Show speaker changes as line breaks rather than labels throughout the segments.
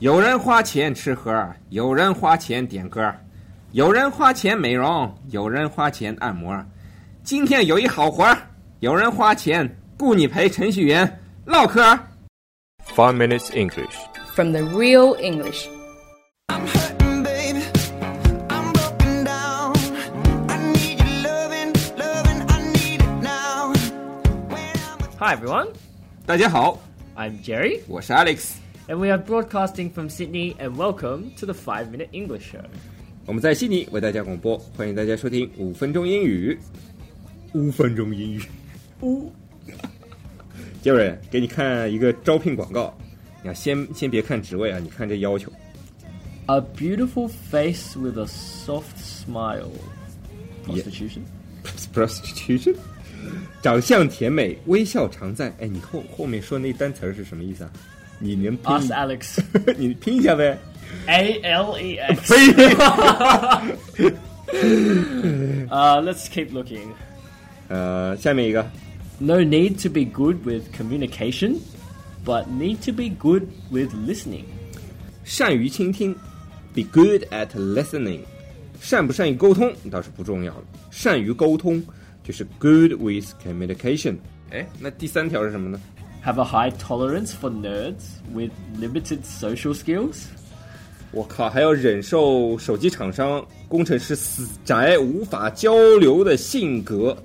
有人花钱吃喝，有人花钱点歌，有人花钱美容，有人花钱按摩。今天有一好活儿，有人花钱雇你陪程序员唠嗑儿。
Five minutes English.
from the real English.
I'm hurting, baby. I'm broken down. I need your loving, loving. I need it now. When I'm with
Hi everyone,
大家好，
I'm Jerry,
我是 Alex，
and we are broadcasting from Sydney, and welcome to the 5 Minute English Show.
我们在悉尼为大家广播，欢迎大家收听五分钟英语。五分钟英语，五。 杰瑞，给你看一个招聘广告，你要先先别看职位啊，你看这要求，
A beautiful face with a soft smile. Prostitution?
prostitution，长相甜美，微笑常在。哎，你后后面说那单词儿是什么意思啊？你能拼
Ask Alex.
你拼一下呗？
A L E X.
呸！
Uh, let's keep looking.
呃，下面一个
No need to be good with communication, but need to be good with listening.
善于倾听，be good at listening。善不善于沟通倒是不重要了，善于沟通就是 good with communication。哎，那第三条是什么呢？
Have a high tolerance for nerds with limited social skills.
我靠，还要忍受手机厂商、工程师死宅无法交流的性格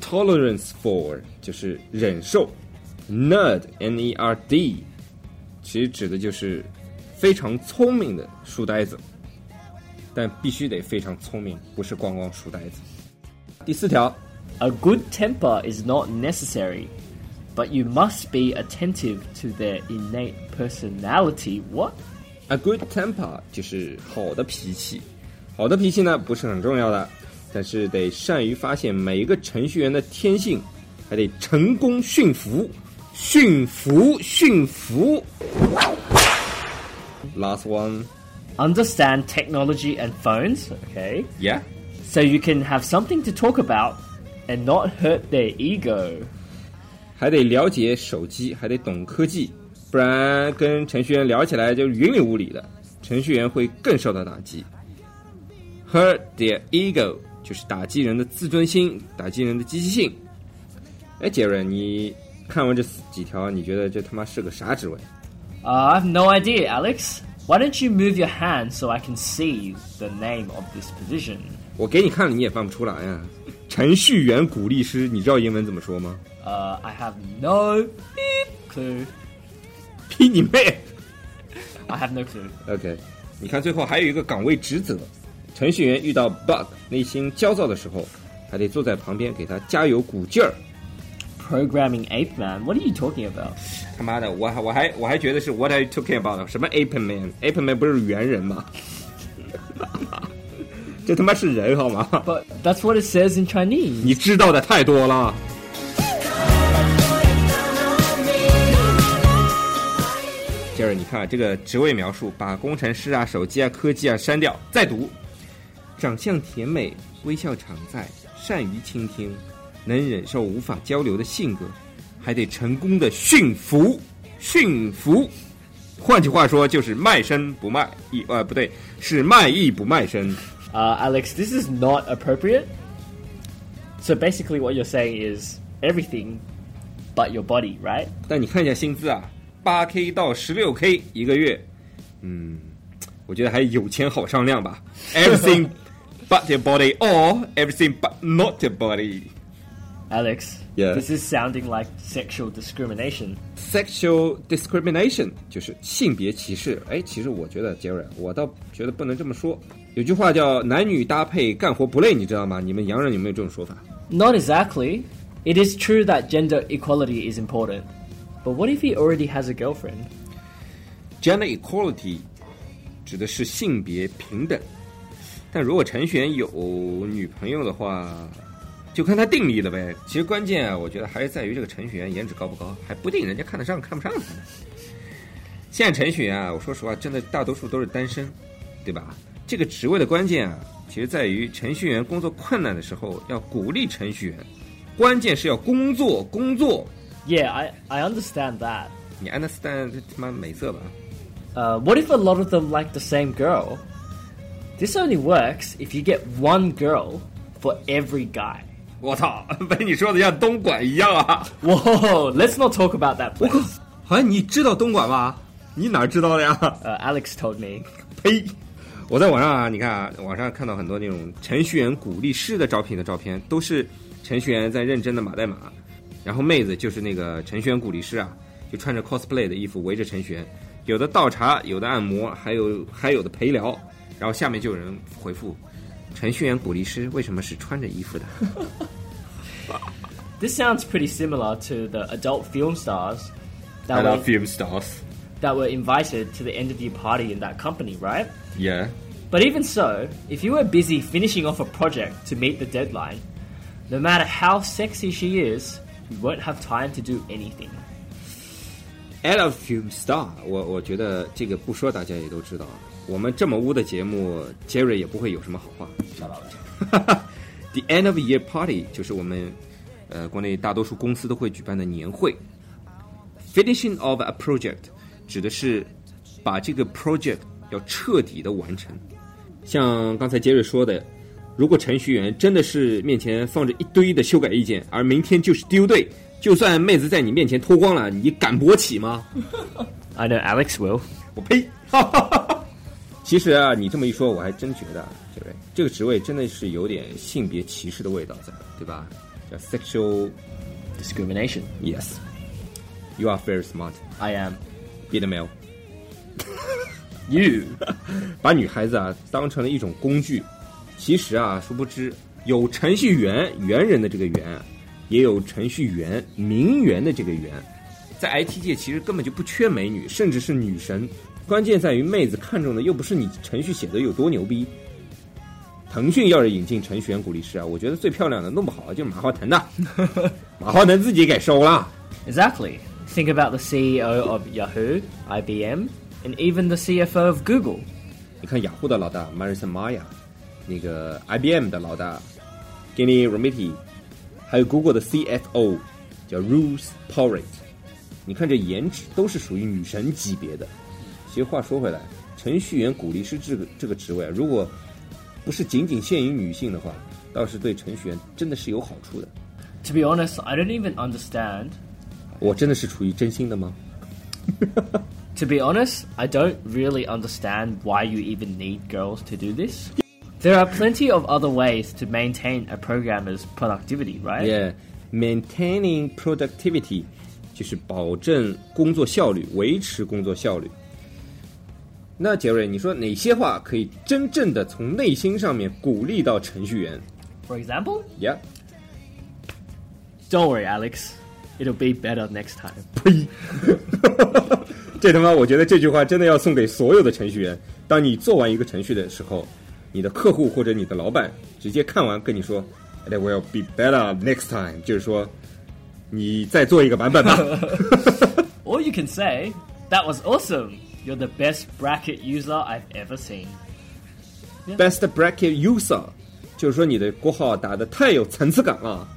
，tolerance for 就是忍受，nerd n e r d 其实指的就是非常聪明的书呆子，但必须得非常聪明，不是光光书呆子。第四条，
A good temper is not necessary, but you must be attentive to their innate personality. What?
A good temper 就是好的脾气，好的脾气呢不是很重要的，但是得善于发现每一个程序员的天性，还得成功驯服，驯服，驯服。Last one,
Understand technology and phones, okay?
yeah.
So you can have something to talk about and not hurt their ego.
还得了解手机，还得懂科技，不然跟程序员聊起来就云里雾里的，程序员会更受到打击。Hurt their ego 就是打击人的自尊心，打击人的积极性。哎，杰瑞，你看完这几条，你觉得这他妈是个啥职位？
Uh, I have no idea, Alex. Why don't you move your hand so I can see the name of this position?
我给你看了，你也翻不出来啊！程序员鼓励师，你知道英文怎么说吗？
Uh, I have no beep clue.
劈你妹！
I have no clue.
OK，你看最后还有一个岗位职责，程序员遇到 bug 内心焦躁的时候，还得坐在旁边给他加油鼓劲儿。
Programming ape man. What are you talking about?
他妈的，我还我还我还觉得是 What are you talking about？什么 Ape Man？Ape Man 不是猿人吗？ 这他妈是人好吗？
But that's what it says in Chinese.
你知道的太多了。杰瑞，你看这个职位描述，把工程师啊、手机啊、科技啊删掉，再读。长相甜美，微笑常在，善于倾听，能忍受无法交流的性格，还得成功的驯服，驯服。换句话说，就是卖身不卖艺，呃，不对，是卖艺不卖身。
Uh, Alex, this is not appropriate. So basically, what you're saying is everything but your body, right?
但你看一下薪资啊，八 k 到十六 k 一个月，嗯，我觉得还有钱好商量 吧。Everything but your body, or everything but not your body.
Alex,
Yeah.
this is sounding like sexual discrimination.
Sexual discrimination 就是性别歧视。哎，其实我觉得杰瑞，我倒觉得不能这么说。有句话叫“男女搭配干活不累”，你知道吗？你们洋人有没有这种说法？
Not exactly. It is true that gender equality is important. But what if he already has a girlfriend?
Gender equality 指的是性别平等，但如果程序员有女朋友的话，就看他定义了呗。其实关键啊，我觉得还是在于这个程序员颜值高不高，还不定人家看得上看不上他呢。现在程序员啊，我说实话，真的大多数都是单身，对吧？这个职位的关键啊，其实在于程序员工作困难的时候要鼓励程序员，关键是要工作工作。
Yeah, I, I understand that.
你 understand 这他妈美色吧？
Uh, what if a lot of them like the same girl? This only works if you get one girl for every guy.
我操， 被你说的像东莞一样啊！
Whoa, let's not talk about that place.
好像哎你知道东莞吧？你哪儿知道的呀？
Uh, Alex told me.
呸！我在网上啊，你看啊，网上看到很多那种程序员鼓励式的招聘的照片，都是程序员在认真的码代码，然后妹子就是那个程序员鼓励师啊，就穿着 cosplay 的衣服围着程序员，有的倒茶，有的按摩，还有还有的陪聊，然后下面就有人回复：程序员鼓励师为什么是穿着衣服的？
This sounds pretty similar to the adult film stars that were,
film stars.
that were invited to the end of year party in that company, right?
Yeah.
But even so, if you were busy finishing off a project to meet the deadline, no matter how sexy she is, you won't have time to do anything.
Ella Film Star，我我觉得这个不说大家也都知道啊。我们这么污的节目，Jerry 也不会有什么好话。The end of year party 就是我们呃国内大多数公司都会举办的年会。Finishing of a project 指的是把这个 project 要彻底的完成。像刚才杰瑞说的，如果程序员真的是面前放着一堆的修改意见，而明天就是丢队，就算妹子在你面前脱光了，你敢勃起吗？
I know Alex will.
我呸！ 其实啊，你这么一说，我还真觉得啊，这位这个职位真的是有点性别歧视的味道在，对吧？叫 sexual
Discrimination.
yes。You are very smart,
I am.
be the male。
You.
把女孩子啊当成了一种工具，其实啊，殊不知有程序员猿人的这个猿啊，也有程序员名媛的这个媛。在 IT 界其实根本就不缺美女，甚至是女神，关键在于妹子看中的又不是你程序写的有多牛逼。腾讯要是引进程序员鼓励师啊，我觉得最漂亮的弄不好啊就是马化腾的，马化腾自己给收了。
Exactly. Think about the CEO of Yahoo, IBM, and even the CFO of Google.
你看雅虎的老大 Marison Maya，那个 IBM 的老大 Gini Rometty，还有 Google 的 CFO 叫 Ruth Porat。你看这颜值都是属于女神级别的。其实话说回来，程序员鼓励师这个这个职位啊，如果不是仅仅限于女性的话，倒是对程序员真的是有好处的。
To be honest, I don't even understand.
我真的是出于真心的吗？
To be honest, I don't really understand why you even need girls to do this. There are plenty of other ways to maintain a programmer's productivity, right?
Yeah，maintaining productivity 就是保证工作效率，维持工作效率。那杰瑞，你说哪些话可以真正的从内心上面鼓励到程序员
For example,
？Yeah，
don't worry, Alex. It'll be better next time.
这他妈，我觉得这句话真的要送给所有的程序员。当你做完一个程序的时候，你的客户或者你的老板直接看完跟你说，“It will be better next time”，就是说你再做一个版本吧。
Or you can say, that was awesome. You're the best bracket user I've ever seen.
Best Bracket User，就是说你的国号打的太有层次感了。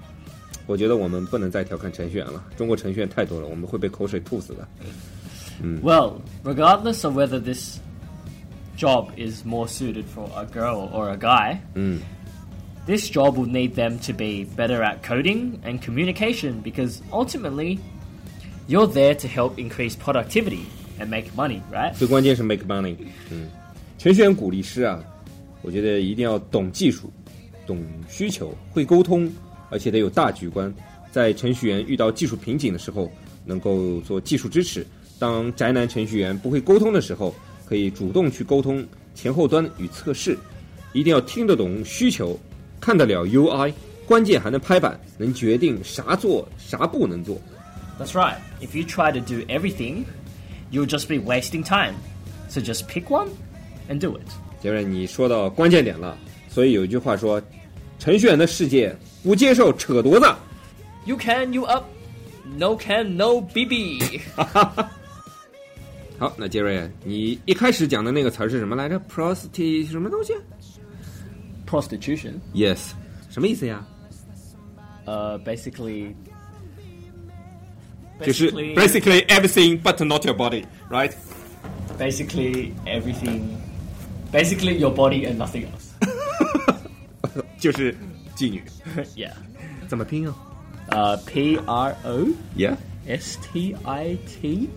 我觉得我们不能再调侃程序员了，中国程序员太多了，我们会被口水吐死的。
Well, regardless of whether this job is more suited for a girl or a guy, this job will need them to be better at coding and communication because ultimately you're there to help increase productivity and make money, right?
最关键是 make money。嗯，程序员鼓励师啊，我觉得一定要懂技术、懂需求、会沟通，而且得有大局观。在程序员遇到技术瓶颈的时候，能够做技术支持；当宅男程序员不会沟通的时候，可以主动去沟通前后端与测试。一定要听得懂需求，看得了 UI，关键还能拍板，能决定啥做啥不能做。
That's right. If you try to do everything, you'll just be wasting time. So just pick one and do it.
杰瑞，你说到关键点了，所以有一句话说，程序员的世界不接受扯犊子。
You can, you up. No can, no BB.
好，那杰瑞，你一开始讲的那个词儿是什么来着？prosti 什么东西
Prostitution.
？Yes，什么意思呀？
Uh, basically.
就是 basically everything but not your body，right？
basically everything. Basically, your body and nothing else.
就是妓女，
yeah.
怎么拼啊
Uh, P R O
？Yeah
S T I T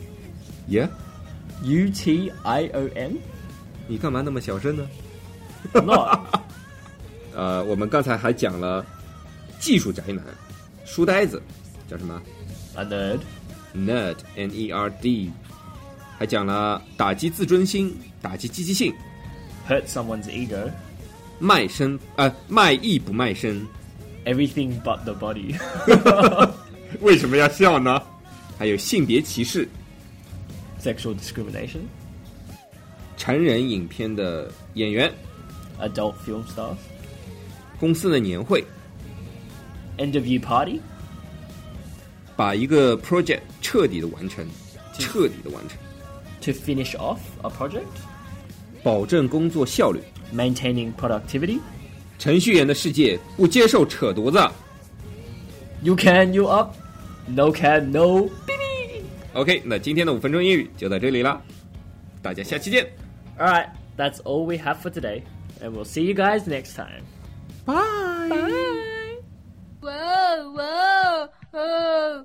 yeah，
U T I O N.
你干嘛那么小声呢？
Not.
呃，我们刚才还讲了技术宅男、书呆子，叫什么
A nerd.
nerd n e r d，还讲了打击自尊心、打击积极性、
Hurt someone's ego.
卖身呃卖艺不卖身，
Everything but the body.
为什么要笑呢？还有性别歧视、
Sexual discrimination.
成人影片的演员、
Adult film stars.
公司的年会，
End of year party.
把一个 project 彻底的完成，彻底的完成，
To finish off a project.
保证工作效率。
Maintaining productivity.
程序员的世界不接受扯犊子。
You can, you up. No can, no.
OK，那今天的五分钟英语就到这里啦，大家下期见，
Alright, that's all we have for today. And we'll see you guys next time.
Whoa, whoa, oh. whoa.